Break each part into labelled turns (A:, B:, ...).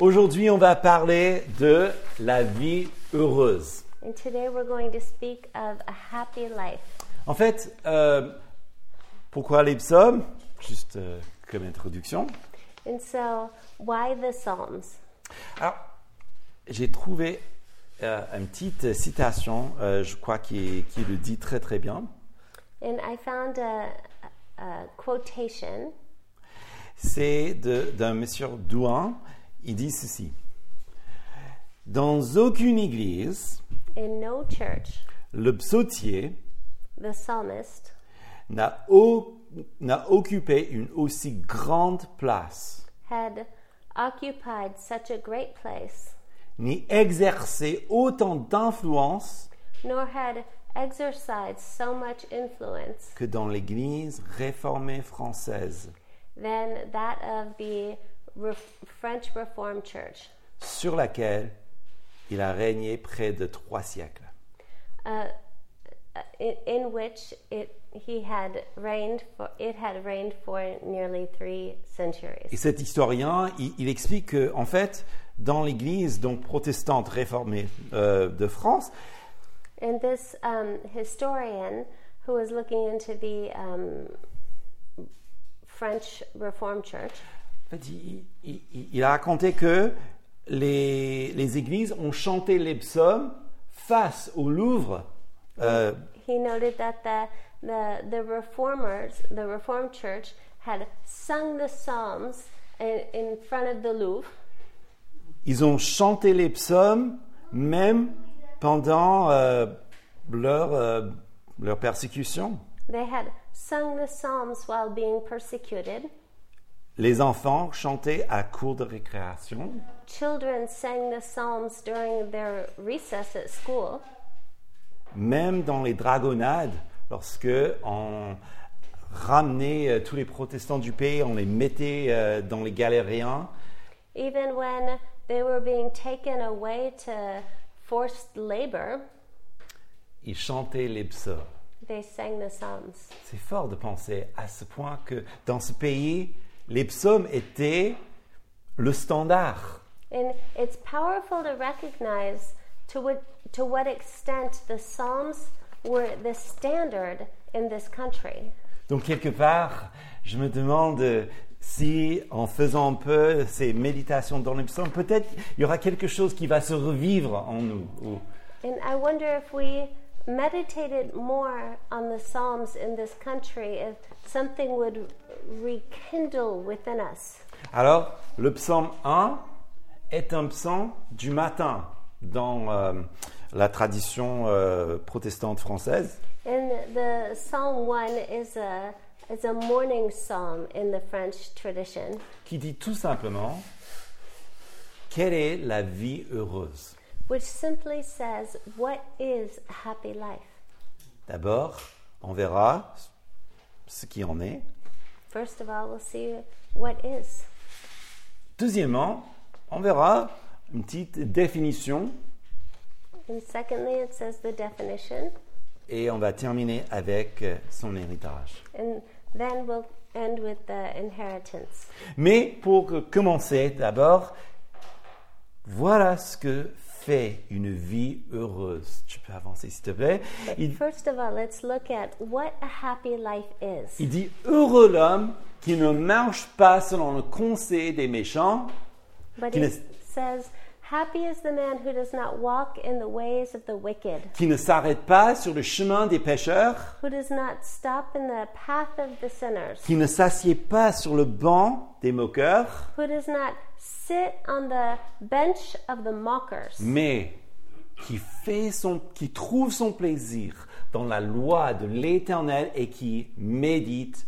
A: Aujourd'hui, on va parler de la vie heureuse.
B: And today we're going to speak of a happy life.
A: En fait, euh, pourquoi les psaumes Juste euh, comme introduction.
B: And so, why the Psalms?
A: Alors, j'ai trouvé euh, une petite citation, euh, je crois, qui, qui le dit très très bien.
B: And I found a, a quotation
A: C'est de- d'un monsieur Douin. Il dit ceci Dans aucune église,
B: in no church,
A: le psautier
B: the psalmist
A: n'a au- n'a occupé une aussi grande place,
B: had occupied such a great place,
A: ni exercé autant d'influence
B: nor had exercised so much influence
A: que dans l'Église réformée française
B: than that of the Re- French Reformed Church,
A: sur laquelle il a régné près de trois siècles.
B: uh, in, in which it he had reigned for it had reigned for nearly three centuries.
A: Et cet historien, il, il explique que, en fait, dans l'Église donc protestante réformée euh, de France,
B: And this um, historian who was looking into the um, French Reformed Church,
A: en fait, il, il- il- il a raconté que les, les églises ont chanté les psaumes face au Louvre. euh,
B: he noted that the, the, the reformers, the Reformed Church, had sung the Psalms in, in front of the Louvre.
A: ils ont chanté les psaumes même pendant euh, leur, euh, leur persécution.
B: They had sung the Psalms while being persecuted.
A: Les enfants chantaient à cours de récréation.
B: Children sang the Psalms during their recess at school.
A: même dans les dragonnades, lorsque on ramenait euh, tous les protestants du pays, on les mettait euh, dans les galériens,
B: Even when they were being taken away to forced labor,
A: ils chantaient les psaumes.
B: they sang the Psalms.
A: C'est fort de penser à ce point que dans ce pays, les psaumes étaient le standard.
B: And it's powerful to recognize to what, to what extent the Psalms were the standard in this country.
A: Donc quelque part, je me demande euh, si en faisant un peu ces méditations dans les psaumes, peut-être il y aura quelque chose qui va se revivre en nous. ou-
B: And I wonder if we meditated more on the Psalms in this country, if something would rekindle within us.
A: Alors, le psaume 1 est un psaume du matin dans euh, la tradition euh, protestante française.
B: And the Psalm 1 is a, is a morning psalm in the French tradition,
A: qui dit tout simplement Quelle est la vie heureuse
B: which simply says, What is a happy life?
A: D'abord, on verra ce qui en est.
B: First of all, we'll see what is.
A: Deuxièmement, on verra une petite définition
B: And secondly, it says the definition,
A: et on va terminer avec euh, son héritage.
B: and then we'll end with the inheritance.
A: Mais pour que- commencer, d'abord, voilà ce que fait une vie heureuse. Tu peux avancer, s'il te plaît. Il,
B: First of all, let's look at what a happy life is.
A: il dit Heureux l'homme qui ne marche pas selon le conseil des méchants,
B: But
A: Can
B: it
A: I-
B: says, Happy is the man who does not walk in the ways of the wicked,
A: qui ne s'arrête pas sur le chemin des pécheurs,
B: who does not stop in the path of the sinners,
A: qui ne s'assied pas sur le banc des moqueurs,
B: who does not sit on the bench of the mockers,
A: mais qui, fait son, qui trouve son plaisir dans la loi de l'Éternel et qui médite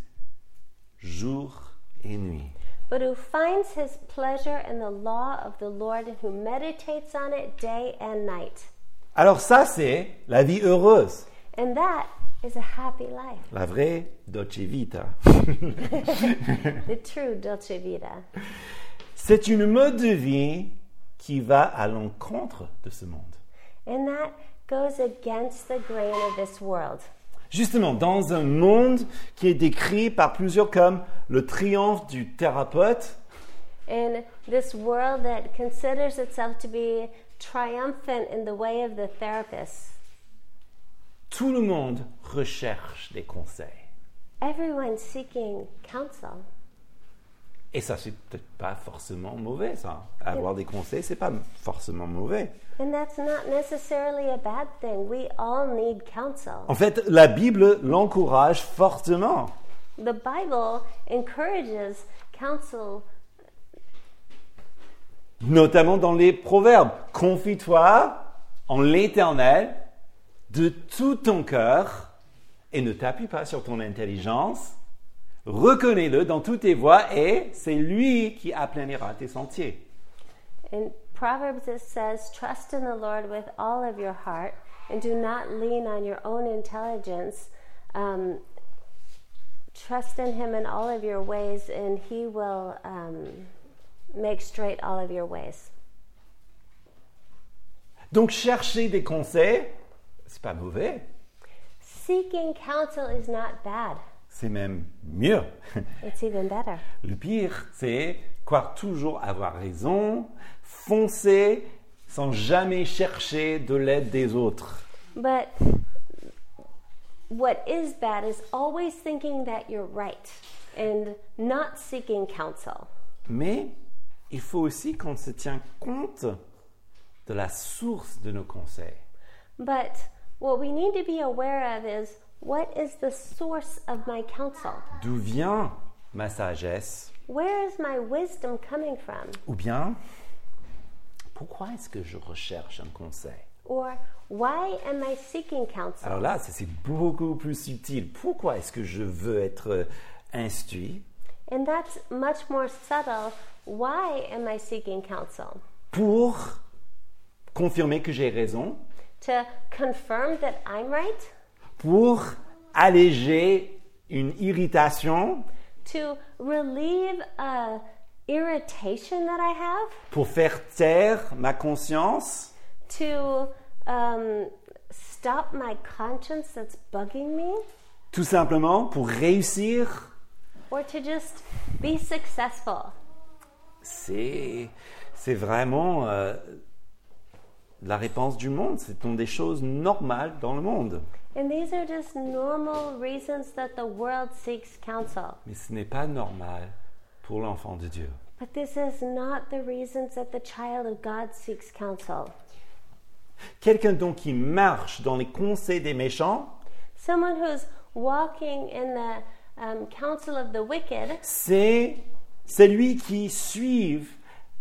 A: jour et nuit.
B: but who finds his pleasure in the law of the Lord and who meditates on it day and night.
A: Alors ça, c'est la vie heureuse,
B: And that is a happy life,
A: la vraie Dolce Vita.
B: the true Dolce Vita.
A: c'est une mode de vie qui va à l'encontre de ce monde.
B: And that goes against the grain of this world.
A: Justement, dans un monde qui est décrit par plusieurs comme le triomphe du thérapeute,
B: in this world that considers itself to be triumphant in the way of the therapist.
A: Tout le monde recherche des conseils.
B: Everyone's seeking counsel.
A: Et ça, c'est peut-être pas forcément mauvais, ça. Avoir des conseils, c'est pas forcément mauvais.
B: And that's not necessarily a bad thing. We all need counsel.
A: En fait, la Bible l'encourage fortement.
B: The Bible encourages counsel,
A: notamment dans les proverbes. Confie-toi en l'Éternel de tout ton cœur et ne t'appuie pas sur ton intelligence. Reconnais-le dans toutes tes voies et c'est lui qui aplanira tes sentiers.
B: In Proverbs, it says, Trust in the Lord with all of your heart and do not lean on your own intelligence. Um, trust in Him in all of your ways, and He will um, make straight all of your ways.
A: Donc chercher des conseils, c'est pas mauvais,
B: Seeking counsel is not bad,
A: c'est même mieux.
B: it's even better.
A: Le pire, c'est croire toujours avoir raison, foncer sans jamais chercher de l'aide des autres.
B: But what is bad is always thinking that you're right and not seeking counsel.
A: Mais il faut aussi qu'on se tient compte de la source de nos conseils.
B: But what we need to be aware of is what is the source of my counsel?
A: D'où vient ma sagesse
B: Where is my wisdom coming from?
A: Ou bien, pourquoi est-ce que je recherche un conseil
B: Or why am I seeking counsel?
A: Alors là, c'est- c'est beaucoup plus subtil. Pourquoi est-ce que je veux être euh, instruit
B: And that's much more subtle. Why am I seeking counsel?
A: pour confirmer que j'ai raison
B: To confirm that I'm right?
A: pour alléger une irritation,
B: To relieve a irritation that I have?
A: pour faire taire ma conscience,
B: to um, stop my conscience that's bugging me
A: tout simplement pour réussir.
B: or to just be successful.
A: C'est, c'est vraiment euh, la réponse du monde. Ce sont des choses normales dans le monde.
B: And these are just normal reasons that the world seeks counsel.
A: Mais ce n'est pas normal pour l'enfant de Dieu.
B: But this is not the reasons that the child of God seeks counsel.
A: Quelqu'un donc qui marche dans les conseils des méchants,
B: Someone who's walking in the um, counsel of the wicked
A: c'est celui qui suit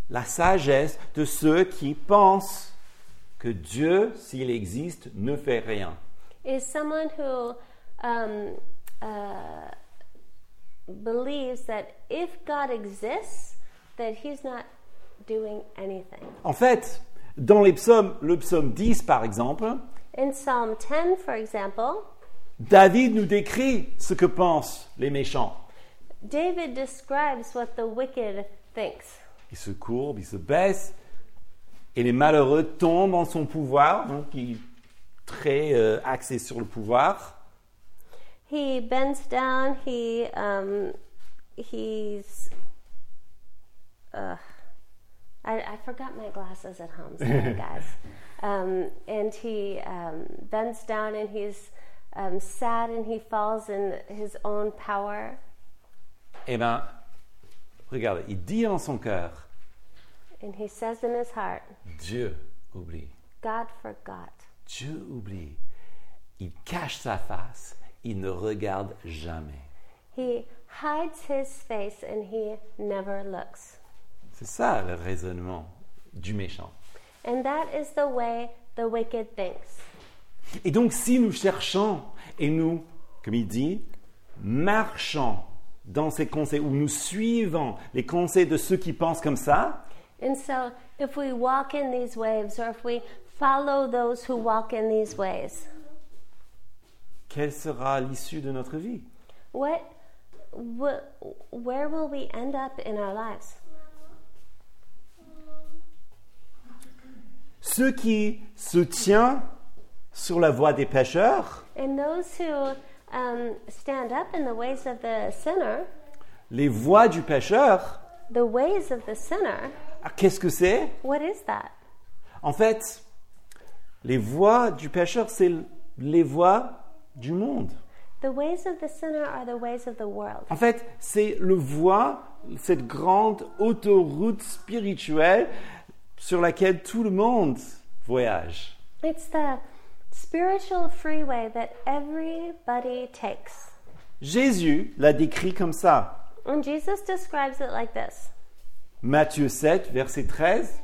A: la sagesse de ceux qui pensent que Dieu, s'il existe, ne fait rien.
B: is someone who um, uh, believes that if God exists, that He's not doing anything.
A: En fait, dans les psaumes, le psaume 10 par exemple,
B: In Psalm 10, for example,
A: David nous décrit ce que pensent les méchants.
B: David describes what the wicked thinks.
A: Ils se courbent, ils se baissent, et les malheureux tombent en son pouvoir, donc il est très euh, axé sur le pouvoir.
B: He bends down. He um, he's. Uh, I, I forgot my glasses at home, sorry guys. Um, and he um, bends down and he's um, sad and he falls in his own power.
A: Eh bien, regardez, il dit en son cœur,
B: And he says in his heart,
A: Dieu oublie,
B: God forgot.
A: Dieu oublie. Il cache sa face, il ne regarde jamais.
B: He hides his face and he never looks.
A: C'est ça le raisonnement du méchant.
B: And that is the way the wicked thinks.
A: Et donc, si nous cherchons et nous, comme il dit, marchons dans ces conseils ou nous suivons les conseils de ceux qui pensent comme ça,
B: And so, if we walk in these waves, or if we follow those who walk in these ways,
A: quelle sera l'issue de notre vie
B: what, wh- where will we end up in our lives?
A: Ceux qui se tiennent sur la voie des pécheurs,
B: And those who um, stand up in the ways of the sinner,
A: les voies du pécheur,
B: The ways of the sinner,
A: Ah, Qu'est-ce que c'est
B: what is that?
A: En fait, les voies du pécheur, c'est les voies du monde.
B: The ways of the sinner are the ways of the world.
A: En fait, c'est le voie, cette grande autoroute spirituelle sur laquelle tout le monde voyage.
B: It's the spiritual freeway that everybody takes.
A: Jésus l'a décrit comme ça.
B: And Jesus describes it like this
A: Matthieu 7, verset 13.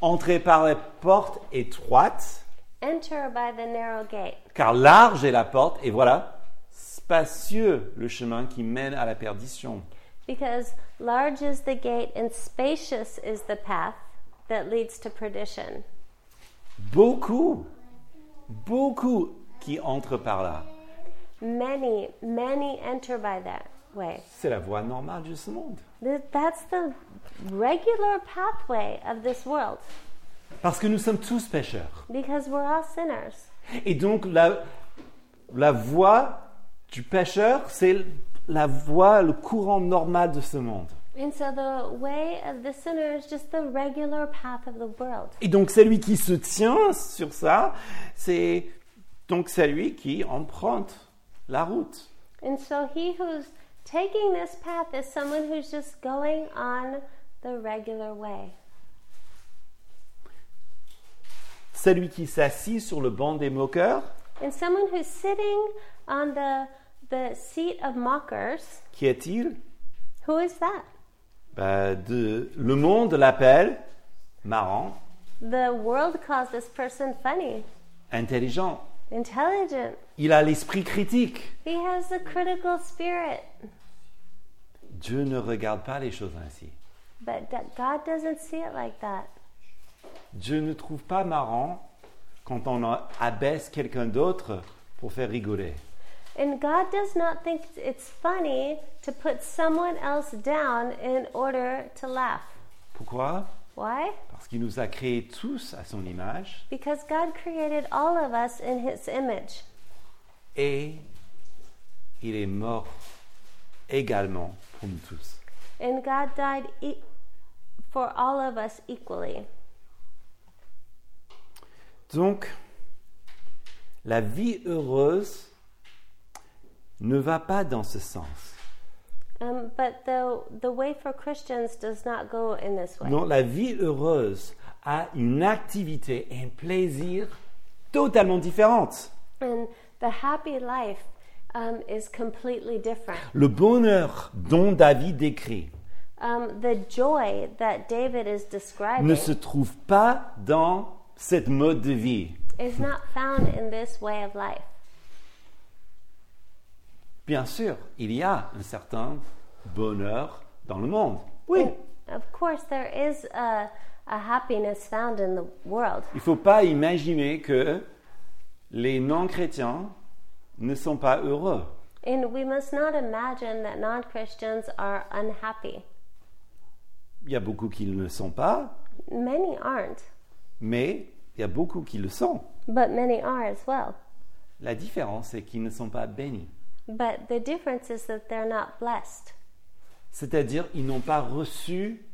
A: Entrez par la porte étroite,
B: Enter by the narrow gate,
A: car large est la porte, et voilà, spacieux le chemin qui mène à la perdition.
B: because large is the gate and spacious is the path that leads to perdition.
A: Beaucoup, beaucoup qui entrent par là.
B: Many, many enter by that way.
A: C'est la voie normale de ce monde.
B: Th- That's the regular pathway of this world
A: Parce que nous sommes tous pécheurs.
B: because we're all sinners.
A: Et donc la, la voie du pêcheur, c'est la voie, le courant normal de ce monde.
B: And so the way of the sinner is just the regular path of the world.
A: Et donc celui qui se tient sur ça, c'est donc celui qui emprunte la route.
B: And so he who's taking this path is someone who's just going on the regular way.
A: Celui qui s'assit sur le banc des moqueurs,
B: And someone who's sitting on the the seat of mockers,
A: qui est-il
B: who is that?
A: Bah, de- Le monde l'appelle marrant,
B: The world calls this person funny,
A: intelligent.
B: intelligent.
A: Il a l'esprit critique.
B: He has a critical spirit,
A: Dieu ne regarde pas les choses ainsi.
B: but d- God doesn't see it like that.
A: Je ne trouve pas marrant quand on en abaisse quelqu'un d'autre pour faire rigoler.
B: And God does not think it's funny to put someone else down in order to laugh.
A: Pourquoi
B: Why?
A: Parce qu'il nous a créés tous à son image
B: Because God created all of us in His image,
A: et il est mort également pour nous tous.
B: and God died e- for all of us equally.
A: Donc, la vie heureuse ne va pas dans ce sens.
B: Um, but the the way for Christians does not go in this way.
A: Non, la vie heureuse a une activité et un plaisir totalement différentes.
B: And the happy life um, is completely different.
A: Le bonheur dont David décrit
B: Um, the joy that David is describing
A: ne se trouve pas dans cette mode de vie.
B: is not found in this way of life.
A: Bien sûr, il y a un certain bonheur dans le monde. Oh. Oui,
B: Of course, there is a, a happiness found in the world.
A: il ne faut pas imaginer que les non-chrétiens ne sont pas heureux.
B: And we must not imagine that non Christians are unhappy.
A: Il y a beaucoup qui ne le sont pas,
B: Many aren't,
A: mais il y a beaucoup qui le sont.
B: but many are as well.
A: La différence, c'est qu'ils ne sont pas bénis.
B: But the difference is that they're not blessed.
A: C'est-à-dire, ils n'ont pas reçu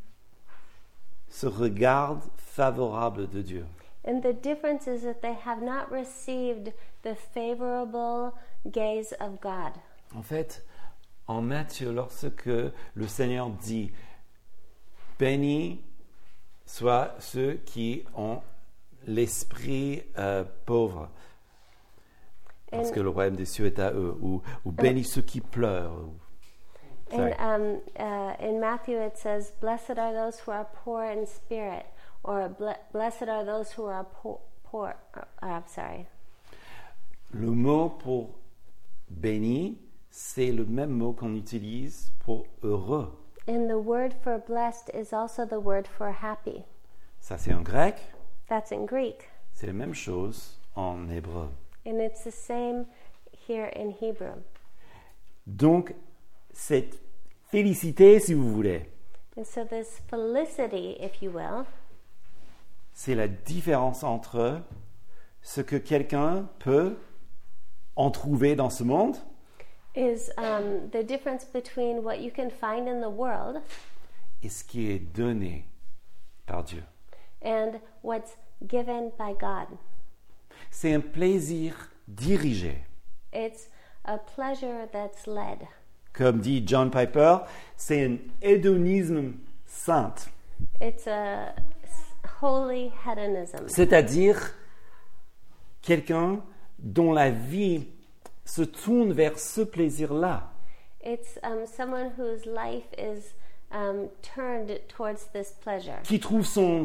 A: ce regard favorable de Dieu.
B: And the difference is that they have not received the favorable gaze of God.
A: En fait, en Matthieu, lorsque le Seigneur dit Béni soient ceux qui ont l'esprit euh, pauvre, parce
B: And-
A: que le royaume des cieux est à eux, ou, ou bénis ceux qui pleurent. ou-
B: And
A: Sorry.
B: um, uh, in Matthew, it says, Blessed are those who are poor in spirit, or "Ble- blessed are those who are poor. poor uh, I'm sorry.
A: Le mot pour béni, c'est le même mot qu'on utilise pour heureux.
B: And the word for blessed is also the word for happy.
A: Ça, c'est en grec,
B: That's in Greek.
A: c'est la même chose en hébreu.
B: And it's the same here in Hebrew.
A: Donc, cette félicité, si vous voulez,
B: And so, this felicity, if you will,
A: c'est la différence entre ce que quelqu'un peut en trouver dans ce monde
B: is um, the difference between what you can find in the world
A: et ce qui est donné par Dieu.
B: and what's given by God.
A: C'est un plaisir dirigé.
B: It's a pleasure that's led.
A: Comme dit John Piper, c'est un hédonisme saint,
B: It's a s- holy hedonism.
A: c'est-à-dire quelqu'un dont la vie se tourne vers ce plaisir-là.
B: It's um, someone whose life is um, turned towards this pleasure,
A: qui trouve son,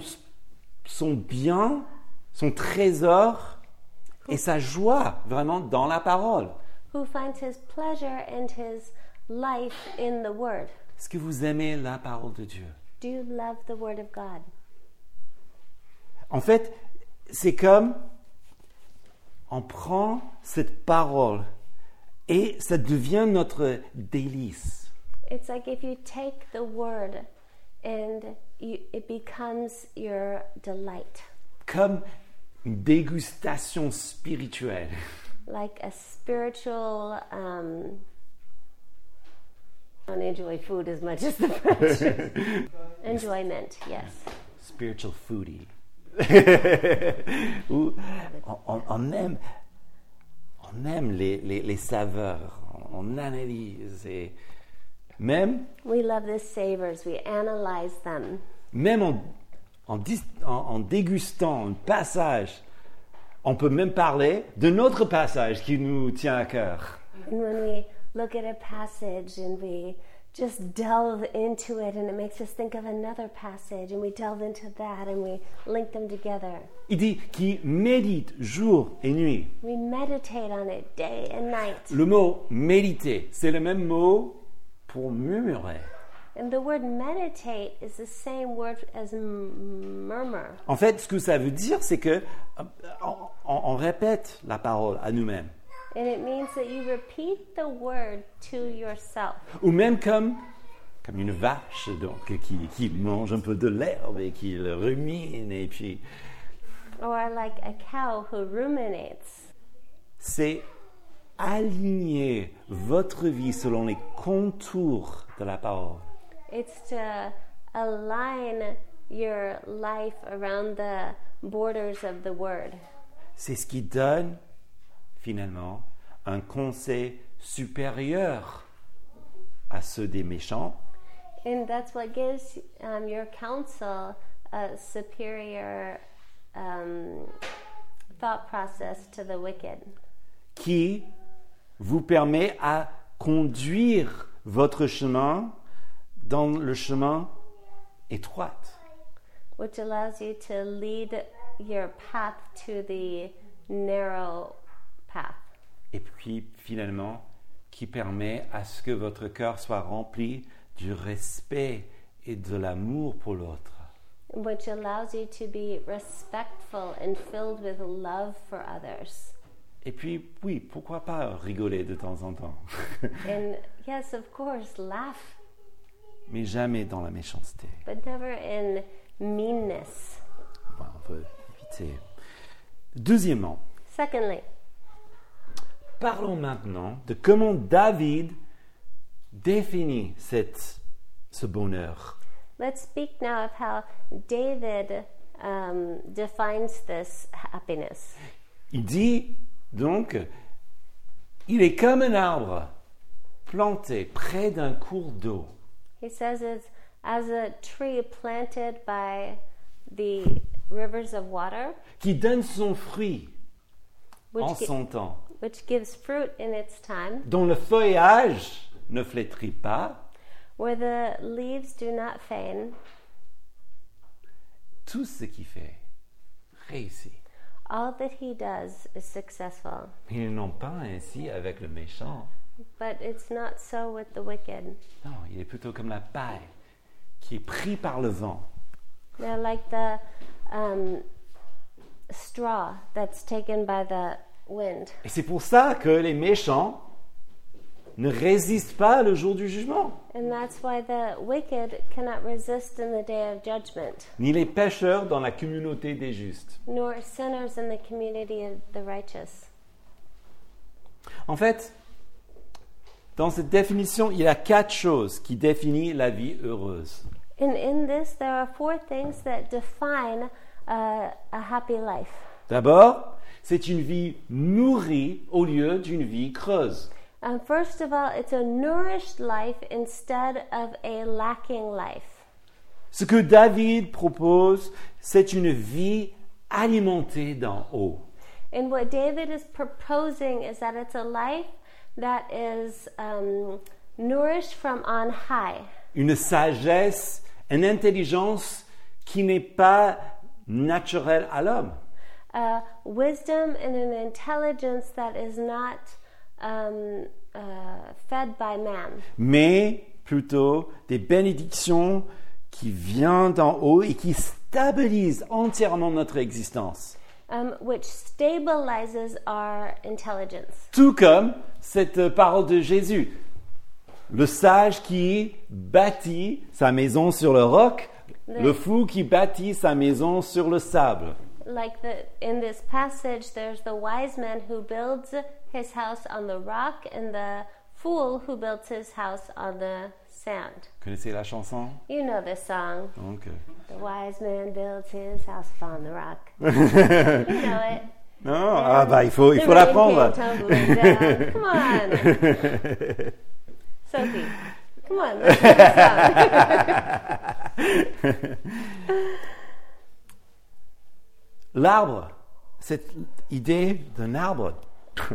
A: son bien, son trésor et sa joie vraiment dans la parole.
B: who finds his pleasure and his life in the Word.
A: Est-ce que vous aimez la parole de Dieu
B: Do you love the Word of God?
A: En fait, c'est comme on prend cette parole et ça devient notre délice.
B: It's like if you take the Word and you, it becomes your delight,
A: Comme une dégustation spirituelle.
B: like a spiritual. Um, I don't enjoy food as much as the French. Enjoyment, yes.
A: Spiritual foodie. Où on, on- on aime, on aime les, les- les saveurs, on, on analyse et même,
B: We love the savors, we analyze them.
A: même en, en dis- en- en dégustant un passage, on peut même parler de notre passage qui nous tient à cœur.
B: And when we look at a passage and we just delve into it, and it makes us think of another passage, and we delve into that and we link them together.
A: Il dit qui médite jour et nuit.
B: We meditate on it day and night.
A: Le mot méditer, c'est le même mot pour murmurer.
B: And the word meditate is the same word as m- murmur.
A: En fait, ce que ça veut dire, c'est que euh, on, on- on répète la parole à nous-mêmes,
B: And it means that you repeat the word to yourself,
A: ou même comme comme une vache, donc qui, qui mange un peu de l'herbe et qui le rumine, et puis
B: or like a cow who ruminates.
A: c'est aligner votre vie selon les contours de la parole.
B: It's to align your life around the borders of the word.
A: C'est ce qui donne finalement un conseil supérieur à ceux des méchants
B: And that's what gives um, your counsel a superior um, thought process to the wicked.
A: qui vous permet à conduire votre chemin dans le chemin étroit.
B: which allows you to lead your path to the narrow path
A: Et puis finalement, qui permet à ce que votre cœur soit rempli du respect et de l'amour pour l'autre.
B: which allows you to be respectful and filled with love for others
A: Et puis oui, pourquoi pas rigoler de temps en temps,
B: and yes of course laugh
A: mais jamais dans la méchanceté.
B: but never in meanness
A: Enfin, on veut éviter. Deuxièmement,
B: secondly
A: Parlons maintenant de comment David définit cette- ce bonheur.
B: let's speak now of how david um, defines this happiness
A: Il dit donc, il est comme un arbre planté près d'un cours d'eau
B: he says it's as a tree planted by the rivers of water
A: qui donne son fruit en
B: which gi-
A: son temps,
B: which gives fruit in its time,
A: dont le feuillage ne flétrit pas.
B: where the leaves do not fade,
A: Tout ce qu'il fait réussit.
B: all that he does is successful.
A: Mais ils n'ont pas ainsi avec le méchant.
B: But it's not so with the wicked.
A: Non, il est plutôt comme la paille qui est prise par le vent.
B: They're like the um, straw that's taken by the wind.
A: Et c'est pour ça que les méchants ne résistent pas le jour du jugement,
B: And that's why the wicked cannot resist in the day of judgment,
A: ni les pécheurs dans la communauté des justes.
B: nor sinners in the community of the righteous.
A: En fait, Dans cette définition, il y a quatre choses qui définissent la vie heureuse.
B: And in this, there are four things that define uh, a happy life.
A: D'abord, c'est une vie nourrie au lieu d'une vie creuse.
B: Um, first of all, it's a nourished life instead of a lacking life.
A: Ce que David propose, c'est une vie alimentée d'en haut.
B: And what David is proposing is that it's a life that is um, nourished from on high,
A: une sagesse, une intelligence qui n'est pas naturelle à l'homme.
B: uh, wisdom and an intelligence that is not um, uh, fed by man,
A: mais plutôt des bénédictions qui viennent d'en haut et qui stabilisent entièrement notre existence.
B: um, which stabilizes our intelligence.
A: Tout comme cette parole de Jésus. Le sage qui bâtit sa maison sur le roc, le fou qui bâtit sa maison sur le sable.
B: Like the in this passage, there's the wise man who builds his house on the rock, and the fool who builds his house on the sand.
A: Vous connaissez la chanson
B: You know this song.
A: Donc, euh,
B: The wise man builds his house upon the rock.
A: euh,
B: You know it.
A: Non, ah bah il faut, il
B: The
A: faut
B: rain
A: l'apprendre.
B: came tumbling down. Come euh, on, Sophie. Come on. let's sing this song.
A: L'arbre, cette idée d'un arbre,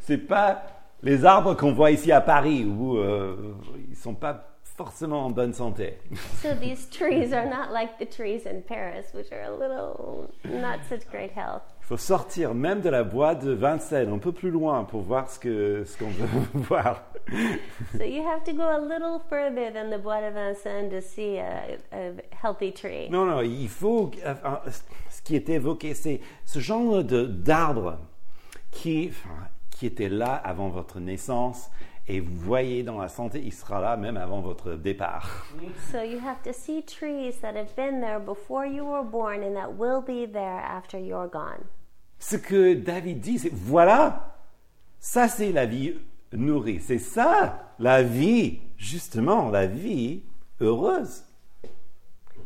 A: c'est pas les arbres qu'on voit ici à Paris où euh, ils sont pas forcément en bonne santé.
B: so these trees are not like the trees in Paris, which are a little not such great health.
A: Il faut sortir même de la boîte de Vincennes, un peu plus loin, pour voir ce que ce qu'on veut voir.
B: So you have to go a little further than the Bois de Vincennes to see a, a healthy tree.
A: Non, non, il faut. euh, euh, Ce qui est évoqué, c'est ce genre de- d'arbre qui, enfin, qui était là avant votre naissance et vous voyez dans la santé, il sera là même avant votre départ.
B: So you have to see trees that have been there before you were born and that will be there after you're gone.
A: Ce que David dit, c'est voilà, ça c'est la vie nourrie, c'est ça la vie, justement, la vie heureuse.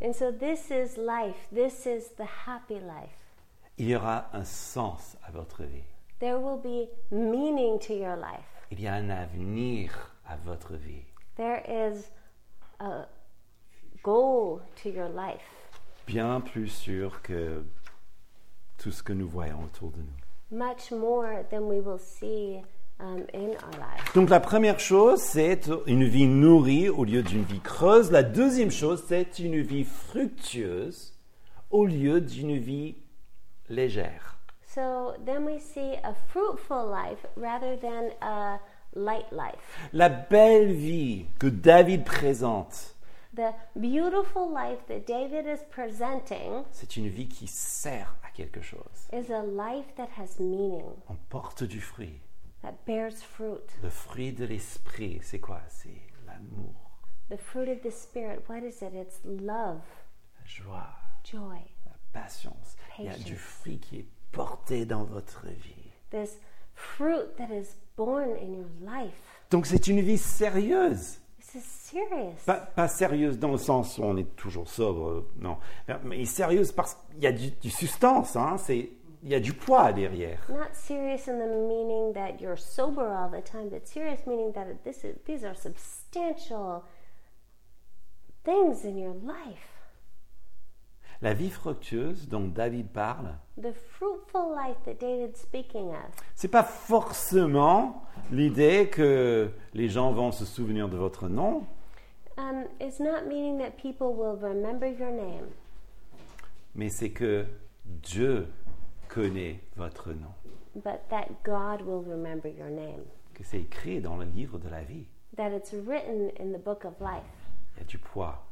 B: And so this is life. This is the happy life.
A: Il y aura un sens à votre vie,
B: There will be meaning to your life.
A: il y a un avenir à votre vie.
B: There is a goal to your life,
A: bien plus sûr que tout ce que nous voyons autour de nous.
B: much more than we will see um, in our lives.
A: Donc la première chose, c'est une vie nourrie au lieu d'une vie creuse. La deuxième chose, c'est une vie fructueuse au lieu d'une vie légère.
B: So then we see a fruitful life rather than a light life.
A: La belle vie que David présente,
B: The beautiful life that David is presenting
A: c'est une vie qui sert à quelque chose.
B: is a life that has meaning,
A: On porte du fruit.
B: that bears fruit.
A: Le fruit de l'esprit, c'est quoi C'est l'amour,
B: The fruit of the Spirit, what is it? It's love,
A: la joie,
B: joy,
A: la patience. Il y a du
B: Patience.
A: fruit qui est porté dans votre vie.
B: this fruit that is born in your life.
A: Donc c'est une vie sérieuse.
B: This is serious.
A: Pas, pas sérieuse dans le sens où on est toujours sobre, euh, non. Mais sérieuse parce qu'il y a du, du substance, hein, c'est, il y a du poids derrière.
B: Not serious in the meaning that you're sober all the time, but serious meaning that this is, these are substantial things in your life.
A: La vie fructueuse dont David parle,
B: The fruitful life that David's speaking of.
A: c'est pas forcément l'idée que les gens vont se souvenir de votre nom,
B: Um, it's not meaning that people will remember your name,
A: mais c'est que Dieu connaît votre nom,
B: but that God will remember your name.
A: que c'est écrit dans le livre de la vie.
B: That it's written in the book of life.
A: Il y a du poids.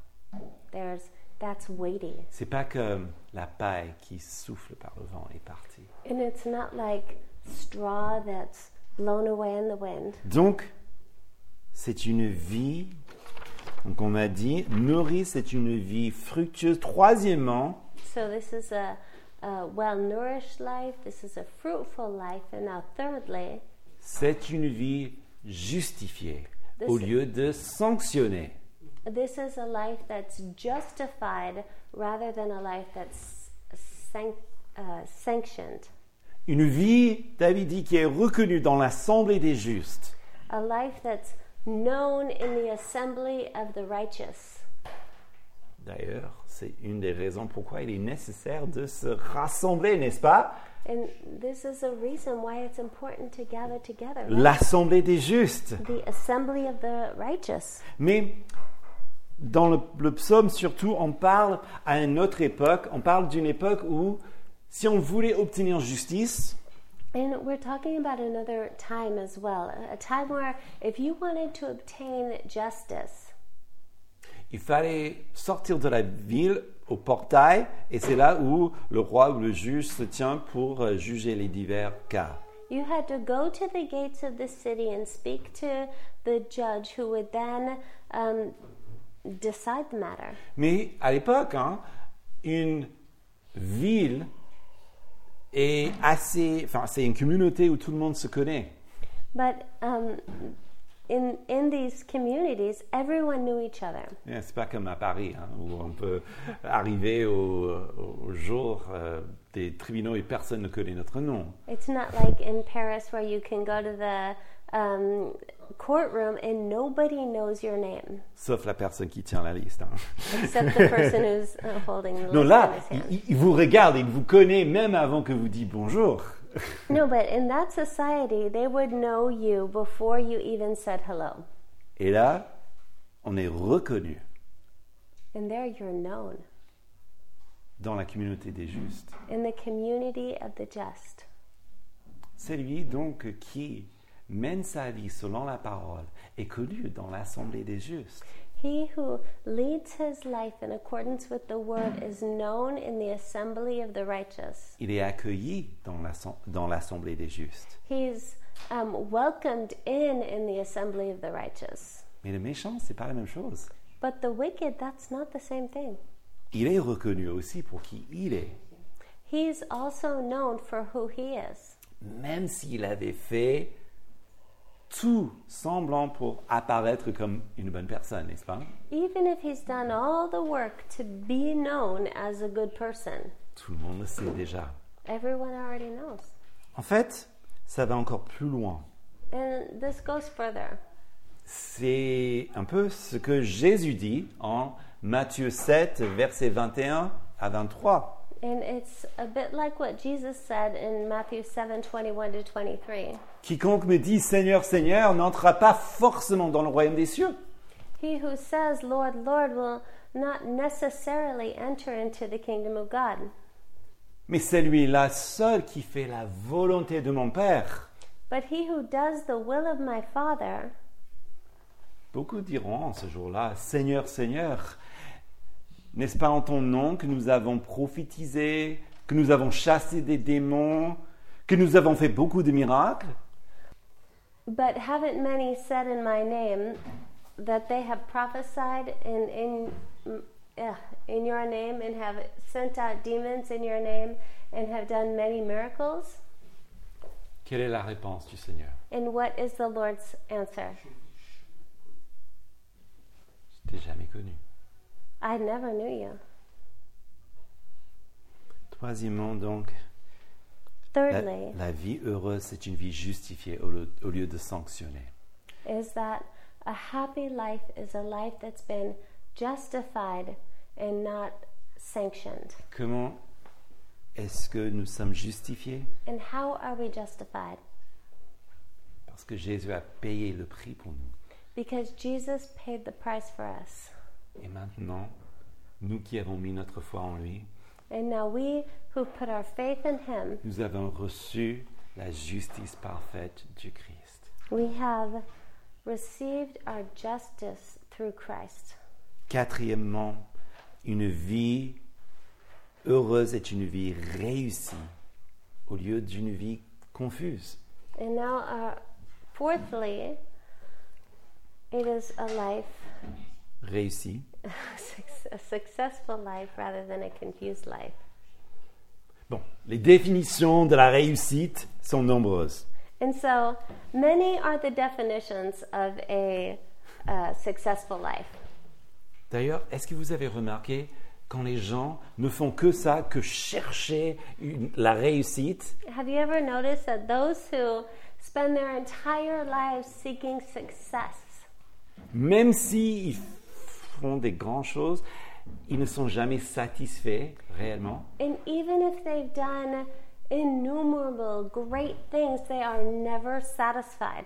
B: There's that's weighty.
A: C'est pas comme la paille qui souffle par le vent et est partie.
B: And it's not like straw that's blown away in the wind.
A: Donc, c'est une vie, donc on a dit, nourrie, c'est une vie fructueuse. Troisièmement,
B: So this is a, a well-nourished life. This is a fruitful life, and now thirdly,
A: c'est une vie justifier
B: This-
A: au lieu de sanctionner.
B: This is a life that's justified rather than a life that's sanc- uh, sanctioned.
A: Une vie, David dit, qui est reconnue dans l'assemblée des justes.
B: A life that's known in the assembly of the righteous.
A: D'ailleurs, c'est une des raisons pourquoi il est nécessaire de se rassembler, n'est-ce pas
B: And this is a reason why it's important to gather together. right?
A: L'assemblée des justes.
B: The assembly of the righteous.
A: Mais dans le, le psaume, surtout, on parle à une autre époque. On parle d'une époque où, si on voulait obtenir justice,
B: And we're talking about another time as well. a- A time where if you wanted to obtain justice,
A: il fallait sortir de la ville au portail, et c'est là où le roi ou le juge se tient pour euh, juger les divers cas.
B: you had to go to the gates of the city and speak to the judge who would then um, decide the matter.
A: Mais à l'époque, hein, une ville est assez, enfin, c'est une communauté où tout le monde se connaît.
B: But um, in, in these communities, everyone knew each other.
A: Eh, C'est pas comme à Paris, hein, où on peut arriver au, au jour euh, des tribunaux et personne ne connaît notre nom.
B: It's not like in Paris where you can go to the um, courtroom and nobody knows your name
A: Sauf la personne qui tient la liste. hein.
B: except the person who's uh, holding the
A: Non,
B: list
A: là,
B: in his hand.
A: il, il vous regarde, il vous connaît même avant que vous dites bonjour.
B: No, but in that society, they would know you before you even said hello.
A: Et là, on est reconnu
B: And there you're known
A: dans la communauté des justes.
B: in the community of the just.
A: Celui donc qui mène sa vie selon la parole est connu dans l'assemblée des justes.
B: He who leads his life in accordance with the word is known in the assembly of the righteous.
A: Il est accueilli dans l'assem- dans l'assemblée des justes.
B: He's um, welcomed in in the assembly of the righteous.
A: Mais le méchant, c'est pas la même chose.
B: But the wicked, that's not the same thing.
A: Il est reconnu aussi pour qui il est,
B: He's also known for who he is.
A: même s'il avait fait tout semblant pour apparaître comme une bonne personne, n'est-ce pas
B: Even if he's done all the work to be known as a good person,
A: Tout le monde le sait déjà.
B: everyone already knows.
A: En fait, ça va encore plus loin.
B: And this goes further.
A: C'est un peu ce que Jésus dit en Matthieu 7, versets 21 à 23.
B: And it's a bit like what Jesus said in Matthew 7 21 to 23.
A: Quiconque me dit Seigneur, Seigneur n'entrera pas forcément dans le royaume des cieux,
B: He who says, Lord, Lord, will not necessarily enter into the kingdom of God,
A: mais celui-là seul qui fait la volonté de mon Père.
B: but he who does the will of my Father.
A: Beaucoup diront en ce jour-là, Seigneur, Seigneur, n'est-ce pas en ton nom que nous avons prophétisé, que nous avons chassé des démons, que nous avons fait beaucoup de miracles
B: But haven't many said in my name that they have prophesied in, in, mm, eh, in your name and have sent out demons in your name and have done many miracles?
A: Quelle est la réponse du Seigneur
B: And what is the Lord's answer?
A: Je t'ai jamais connu.
B: I never knew you.
A: Troisièmement, donc, la,
B: Thirdly,
A: la vie heureuse, c'est une vie justifiée au lieu- au lieu de sanctionner.
B: is that a happy life is a life that's been justified and not sanctioned.
A: Comment est-ce que nous sommes justifiés
B: And how are we justified?
A: Parce que Jésus a payé le prix pour nous.
B: Because Jesus paid the price for us.
A: Et maintenant, nous qui avons mis notre foi en lui,
B: And now we who put our faith in him,
A: nous avons reçu la justice parfaite du Christ.
B: we have received our justice through Christ.
A: Quatrièmement, une vie heureuse est une vie réussie au lieu d'une vie confuse.
B: And now, our, fourthly, it is a life,
A: Réussie.
B: a successful life rather than a confused life.
A: Bon, les définitions de la réussite sont nombreuses.
B: And so many are the definitions of a uh, successful life.
A: D'ailleurs, est-ce que vous avez remarqué quand les gens ne font que ça, que chercher une- la réussite,
B: Have you ever noticed that those who spend their entire lives seeking success,
A: même s'ils font des grandes choses, ils ne sont jamais satisfaits réellement
B: and even if they've done innumerable great things, they are never satisfied?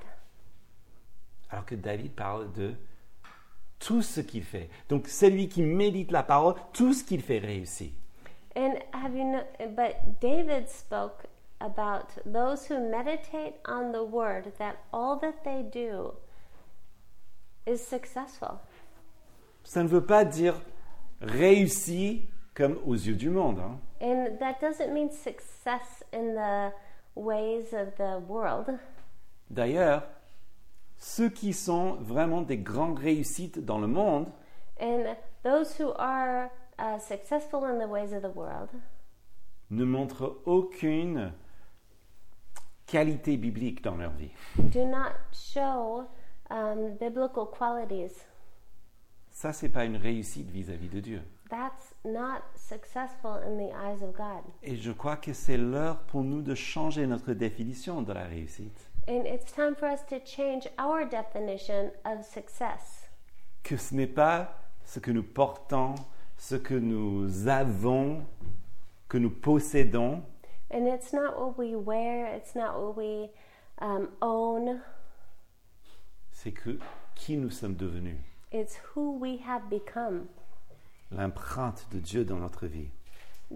A: Alors que David parle de tout ce qu'il fait. Donc celui qui médite la parole, tout ce qu'il fait réussit.
B: And have you know, but David spoke about those who meditate on the word that all that they do is successful.
A: Ça ne veut pas dire réussi comme aux yeux du monde. hein.
B: And that doesn't mean success in the ways of the world.
A: D'ailleurs, ceux qui sont vraiment des grandes réussites dans le monde,
B: And those who are uh, successful in the ways of the world
A: ne montrent aucune qualité biblique dans leur vie.
B: do not show um, biblical qualities.
A: Ça, c'est pas une réussite vis-à-vis de Dieu.
B: That's not successful in the eyes of God.
A: Et je crois que c'est l'heure pour nous de changer notre définition de la réussite.
B: And it's time for us to change our definition of success.
A: Que ce n'est pas ce que nous portons, ce que nous avons, que nous possédons,
B: And it's not what we wear, it's not what we um, own,
A: c'est que qui nous sommes devenus,
B: it's who we have become.
A: l'empreinte de Dieu dans notre vie.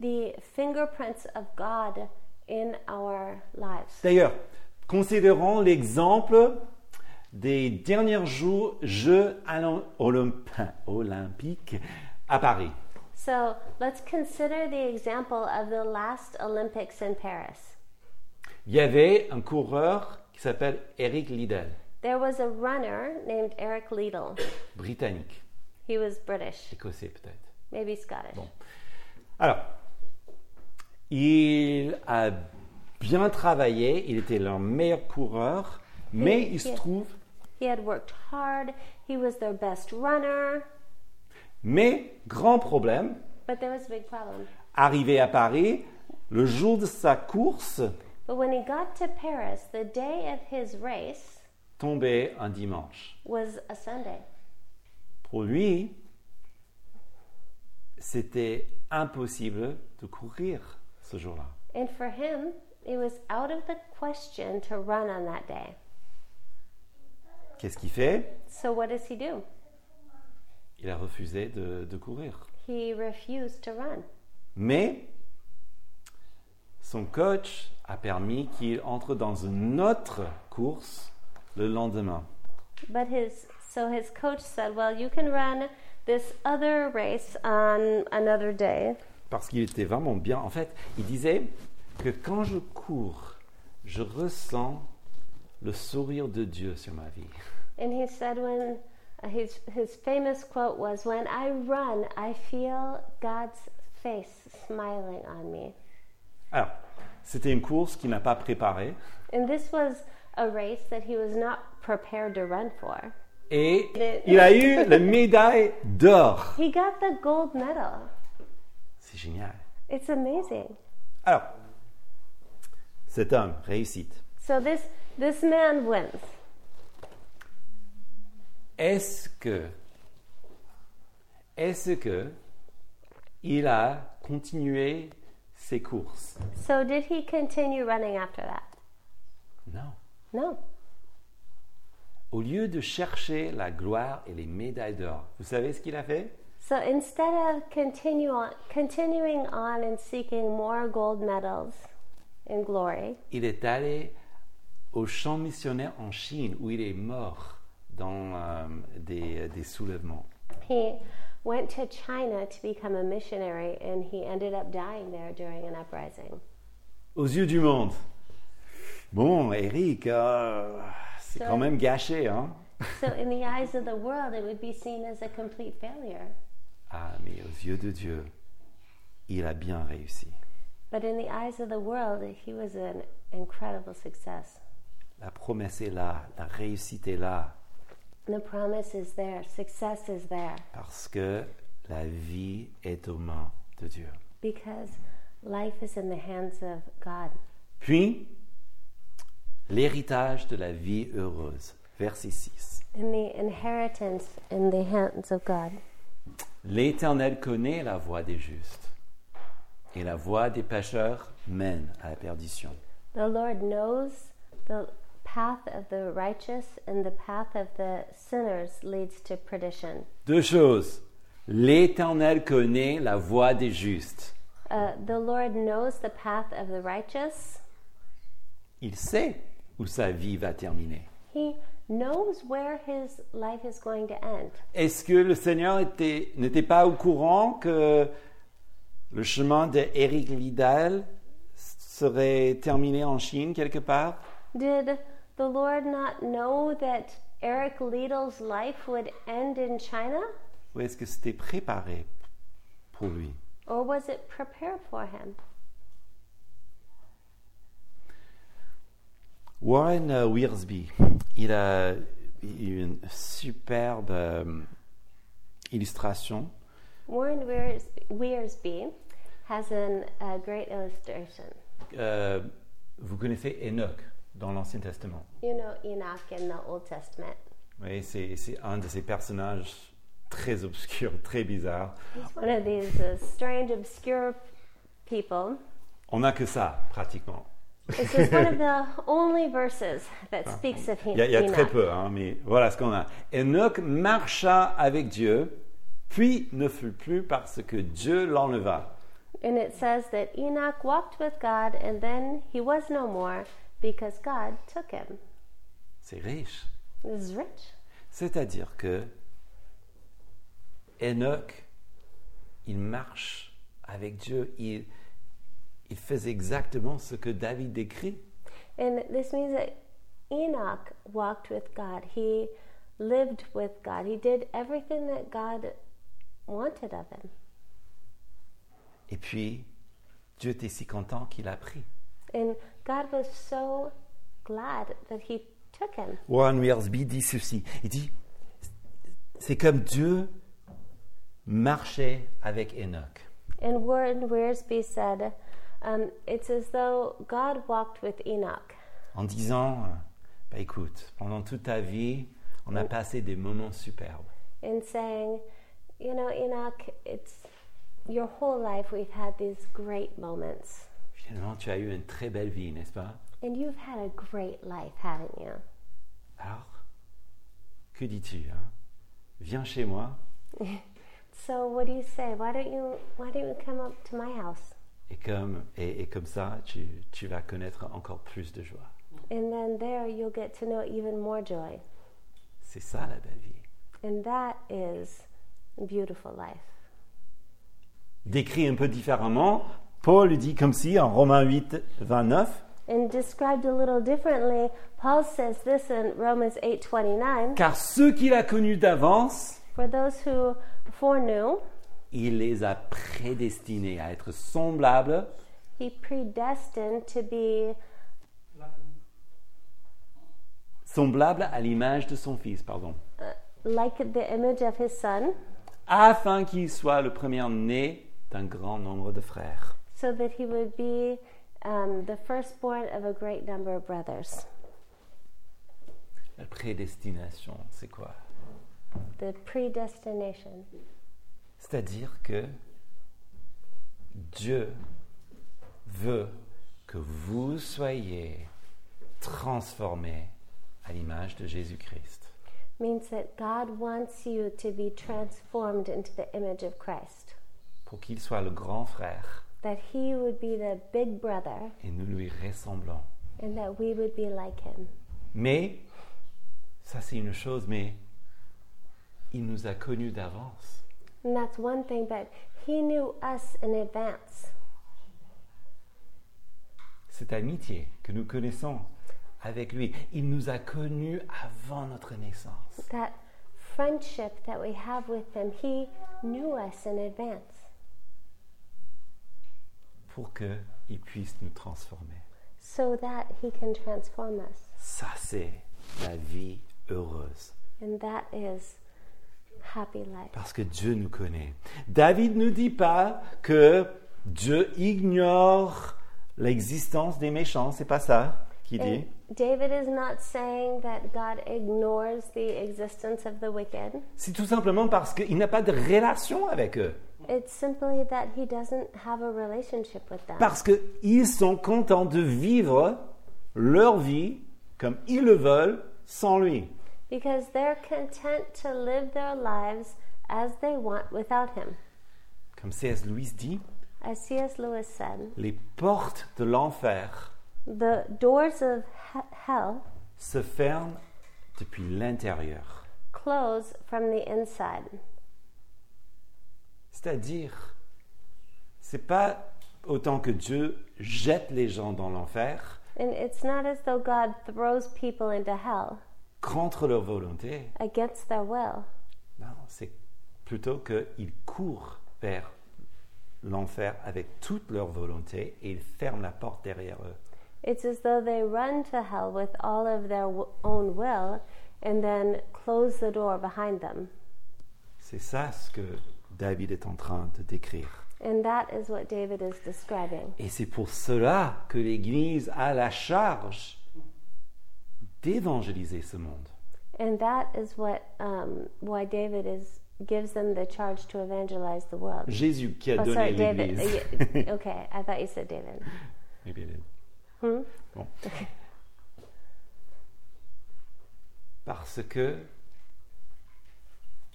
B: The fingerprints of God in our lives.
A: D'ailleurs, considérons l'exemple des derniers jours Jeux allant- olympi- olympiques à Paris.
B: So let's consider the example of the last Olympics in Paris.
A: Il y avait un coureur qui s'appelle Eric Liddell,
B: There was a runner named Eric Liddell.
A: britannique,
B: He was British,
A: écossais peut-être.
B: maybe Scottish.
A: Alors, il a bien travaillé, il était leur meilleur coureur, mais il se
B: Yeah.
A: trouve,
B: He had worked hard, he was their best runner,
A: mais grand problème,
B: but there was a big problem.
A: arrivé à Paris, le jour de sa course,
B: But when he got to Paris, the day of his race
A: tombait un dimanche.
B: was a Sunday.
A: Pour lui, c'était impossible de courir ce jour-là.
B: And for him, it was out of the question to run on that day.
A: Qu'est-ce qu'il fait
B: So what does he do?
A: Il a refusé de, de courir.
B: He refused to run.
A: Mais son coach a permis qu'il entre dans une autre course le lendemain.
B: But his so his coach said, "Well, you can run this other race on another day."
A: Parce qu'il était vraiment bien. En fait, il disait que quand je cours, je ressens le sourire de Dieu sur ma vie.
B: And he said when uh, his his famous quote was, "When I run, I feel God's face smiling on me."
A: Alors, c'était une course qu'il n'a pas préparée.
B: And this was a race that he was not prepared to run for.
A: Et
B: Le-
A: il a eu la médaille d'or.
B: He got the gold medal.
A: C'est génial.
B: It's amazing.
A: Alors, cet homme, réussite.
B: So this this man wins.
A: Est-ce que, est-ce que il a continué ses courses
B: So did he continue running after that?
A: Non.
B: No.
A: Au lieu de chercher la gloire et les médailles d'or, vous savez ce qu'il a fait
B: So instead of continue on, continuing on and seeking more gold medals and glory,
A: Il est allé au champ missionnaire en Chine où il est mort dans euh, des- des soulèvements.
B: he went to China to become a missionary and he ended up dying there during an uprising.
A: aux yeux du monde. Bon, Eric, euh, c'est
B: Ça-
A: quand même gâché, hein
B: So in the eyes of the world, it would be seen as a complete failure.
A: Ah, mais aux yeux de Dieu, il a bien réussi.
B: But in the eyes of the world, he was an incredible success.
A: La promesse est là, la réussite est là,
B: The promise is there, success is there,
A: parce que la vie est aux mains de Dieu.
B: because life is in the hands of God.
A: Puis, l'héritage de la vie heureuse, verset 6.
B: And the inheritance in the hands of God.
A: L'Éternel connaît la voie des justes, et la voie des pécheurs mène à la perdition.
B: The Lord knows the path of the righteous, and the path of the sinners leads to perdition.
A: Deux choses. L'Éternel connaît la voie des justes.
B: Uh, the Lord knows the path of the righteous.
A: Il sait où sa vie va terminer.
B: He knows where his life is going to end.
A: Est-ce que le Seigneur était- n'était pas au courant que le chemin de Eric Vidal serait terminé en Chine quelque part
B: Did the Lord not know that Eric Liedel's life would end in China?
A: Ou est-ce que c'était préparé pour lui
B: Or was it prepared for him?
A: Warren euh, Wiersbe, il a eu une superbe euh, illustration
B: Warren Wears- Wearsby has an, a great illustration.
A: Euh, vous connaissez Enoch dans l'Ancien Testament.
B: You know Enoch in the Old Testament.
A: Oui, c'est c'est un de ces personnages très obscurs, très bizarres.
B: He's one of these uh, strange, obscure people.
A: On n'a que ça, pratiquement.
B: This is one of the only verses that speaks of him.
A: Il y a, il y a très
B: Enoch.
A: peu, hein, mais voilà ce qu'on a. Enoch marcha avec Dieu, puis ne fut plus parce que Dieu l'enleva.
B: And it says that Enoch walked with God, and then he was no more because God took him.
A: C'est riche.
B: This is rich.
A: C'est-à-dire que Enoch, il marche avec Dieu. Il, il faisait exactement ce que David décrit.
B: And this means that Enoch walked with God. He lived with God. He did everything that God wanted of him.
A: Et puis, Dieu était si content qu'il a pris.
B: And God was so glad that he took him.
A: Warren Wiersbe dit ceci. Il dit, c'est comme Dieu marchait avec Enoch.
B: And Warren Wiersbe said, um, It's as though God walked with Enoch.
A: en disant, euh, bah écoute, pendant toute ta vie, on a passé des moments superbes.
B: and saying, you know, Enoch, it's your whole life we've had these great moments.
A: Finalement, tu as eu une très belle vie, n'est-ce pas
B: And you've had a great life, haven't you?
A: Alors, que dis-tu hein? Viens chez moi
B: So what do you say? Why don't you why don't you come up to my house?
A: et comme, et, et comme ça, tu, tu vas connaître encore plus de joie.
B: And then there you'll get to know even more joy.
A: C'est ça la belle vie.
B: And that is beautiful life.
A: Décrit un peu différemment, Paul dit comme si en Romains 8, 29,
B: And described a little differently, Paul says this in Romans 8:29,
A: car ceux qu'il a connus d'avance,
B: for those who foreknew,
A: il les a prédestinés à être semblables
B: he predestined to be
A: semblable à l'image de son fils, pardon,
B: like the image of his son,
A: afin qu'il soit le premier-né d'un grand nombre de frères.
B: so that he would be um, the firstborn of a great number of brothers.
A: La prédestination, c'est quoi
B: The predestination.
A: C'est-à-dire que Dieu veut que vous soyez transformés à l'image de Jésus-Christ.
B: Means that God wants you to be transformed into the image of Christ,
A: Pour qu'il soit le grand frère
B: that He would be the big brother,
A: et nous lui ressemblons.
B: and that we would be like Him.
A: Mais, ça c'est une chose, mais il nous a connus d'avance.
B: And that's one thing, but He knew us in advance.
A: cette amitié que nous connaissons avec lui. Il nous a connus avant notre naissance.
B: That friendship that we have with Him, He knew us in advance
A: pour qu'il puisse nous transformer.
B: so that He can transform us.
A: Ça, c'est la vie heureuse.
B: And that is happy life.
A: Parce que Dieu nous connaît. David ne dit pas que Dieu ignore l'existence des méchants. C'est pas ça qu'il dit.
B: And David is not saying that God ignores the existence of the wicked.
A: C'est tout simplement parce qu'il n'a pas de relation avec eux.
B: It's simply that he doesn't have a relationship with them.
A: Parce qu'ils sont contents de vivre leur vie comme ils le veulent sans lui.
B: Because they're content to live their lives as they want without him.
A: Comme C.S. Lewis dit,
B: As C.S. Lewis said,
A: les portes de l'enfer
B: the doors of he- hell
A: se ferment depuis l'intérieur.
B: close from the inside.
A: C'est-à-dire, c'est pas autant que Dieu jette les gens dans l'enfer
B: And it's not as though God throws people into hell
A: contre leur volonté.
B: against their will.
A: Non, c'est plutôt qu'ils courent vers l'enfer avec toute leur volonté et ils ferment la porte derrière eux.
B: It's as though they run to hell with all of their w- own will and then close the door behind them.
A: C'est ça ce que David est en train de décrire.
B: And that is what David is describing.
A: Et c'est pour cela que l'Église a la charge d'évangéliser ce monde.
B: And that is what um, why David is gives them the charge to evangelize the world.
A: Jésus qui a
B: Oh,
A: donné
B: sorry, David.
A: l'Église.
B: Uh, yeah, okay, I thought you said David.
A: Maybe I did. Bon. Parce que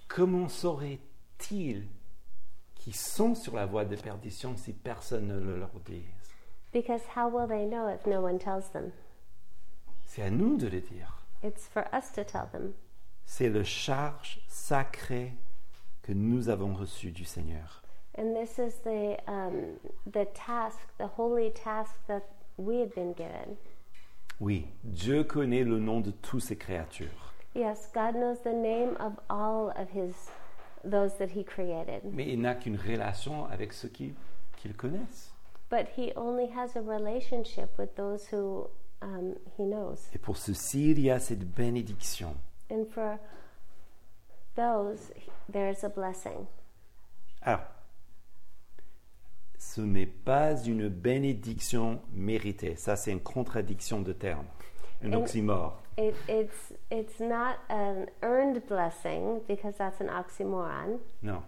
A: comment sauraient-ils qu'ils sont sur la voie de perdition si personne ne le leur dit
B: Because how will they know if no one tells them?
A: C'est à nous de le dire.
B: It's for us to tell them.
A: C'est le charge sacré que nous avons reçu du Seigneur.
B: And this is the um, the task, the holy task that we have been given.
A: Oui, Dieu connaît le nom de toutes ses créatures.
B: Yes, God knows the name of all of His those that He created,
A: Mais il n'a qu'une relation avec ceux qui, qui le connaissent.
B: but He only has a relationship with those who um, He knows.
A: Et pour ceci, il y a cette bénédiction.
B: And for those, there is a blessing.
A: Alors, ce n'est pas une bénédiction méritée. Ça, c'est une contradiction de termes, un
B: Et-
A: oxymore.
B: It, it's it's not an earned blessing because that's an oxymoron.
A: Non.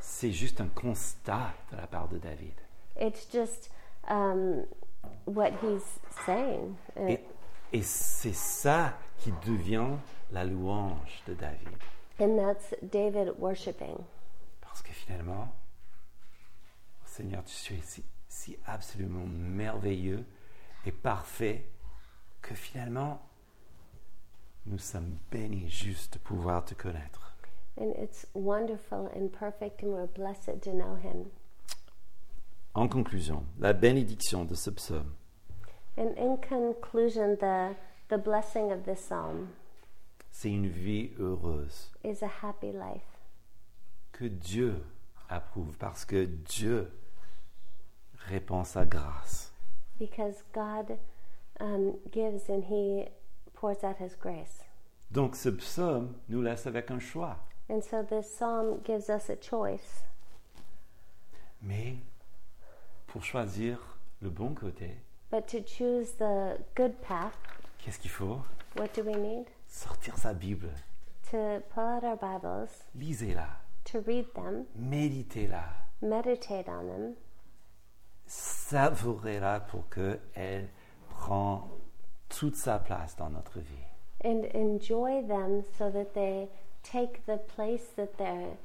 A: C'est juste un constat de la part de David.
B: It's just um, what he's saying. uh, And
A: Et, et c'est ça qui devient la louange de David.
B: And that's David worshiping
A: Parce que finalement, Seigneur, tu es si, si absolument merveilleux et parfait que finalement, nous sommes bénis juste de pouvoir te connaître.
B: and it's wonderful and perfect and we're blessed to know him.
A: En conclusion, la bénédiction de ce psaume,
B: And in conclusion, the the blessing of this psalm
A: c'est une vie heureuse
B: is a happy life
A: que Dieu approuve parce que Dieu répand sa grâce.
B: because God um, gives and he pours out his grace.
A: Donc ce psaume nous laisse avec un choix.
B: And so this psalm gives us a choice.
A: Mais pour choisir le bon côté,
B: But to choose the good path,
A: Qu'est-ce qu'il faut
B: what do we need?
A: Sortir sa Bible.
B: To pull out our Bibles,
A: Lisez-la.
B: to read them,
A: Méditez-la.
B: meditate on them,
A: Savourez-la pour qu'elle prend toute sa place dans notre vie.
B: and enjoy them so that they take the place that they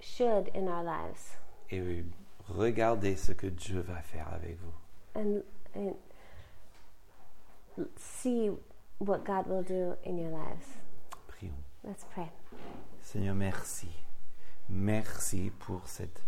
B: should in our lives
A: Et regardez ce que Dieu va faire avec vous.
B: and, and see what God will do in your lives.
A: Prions.
B: Let's pray.
A: Seigneur, merci. Merci pour cette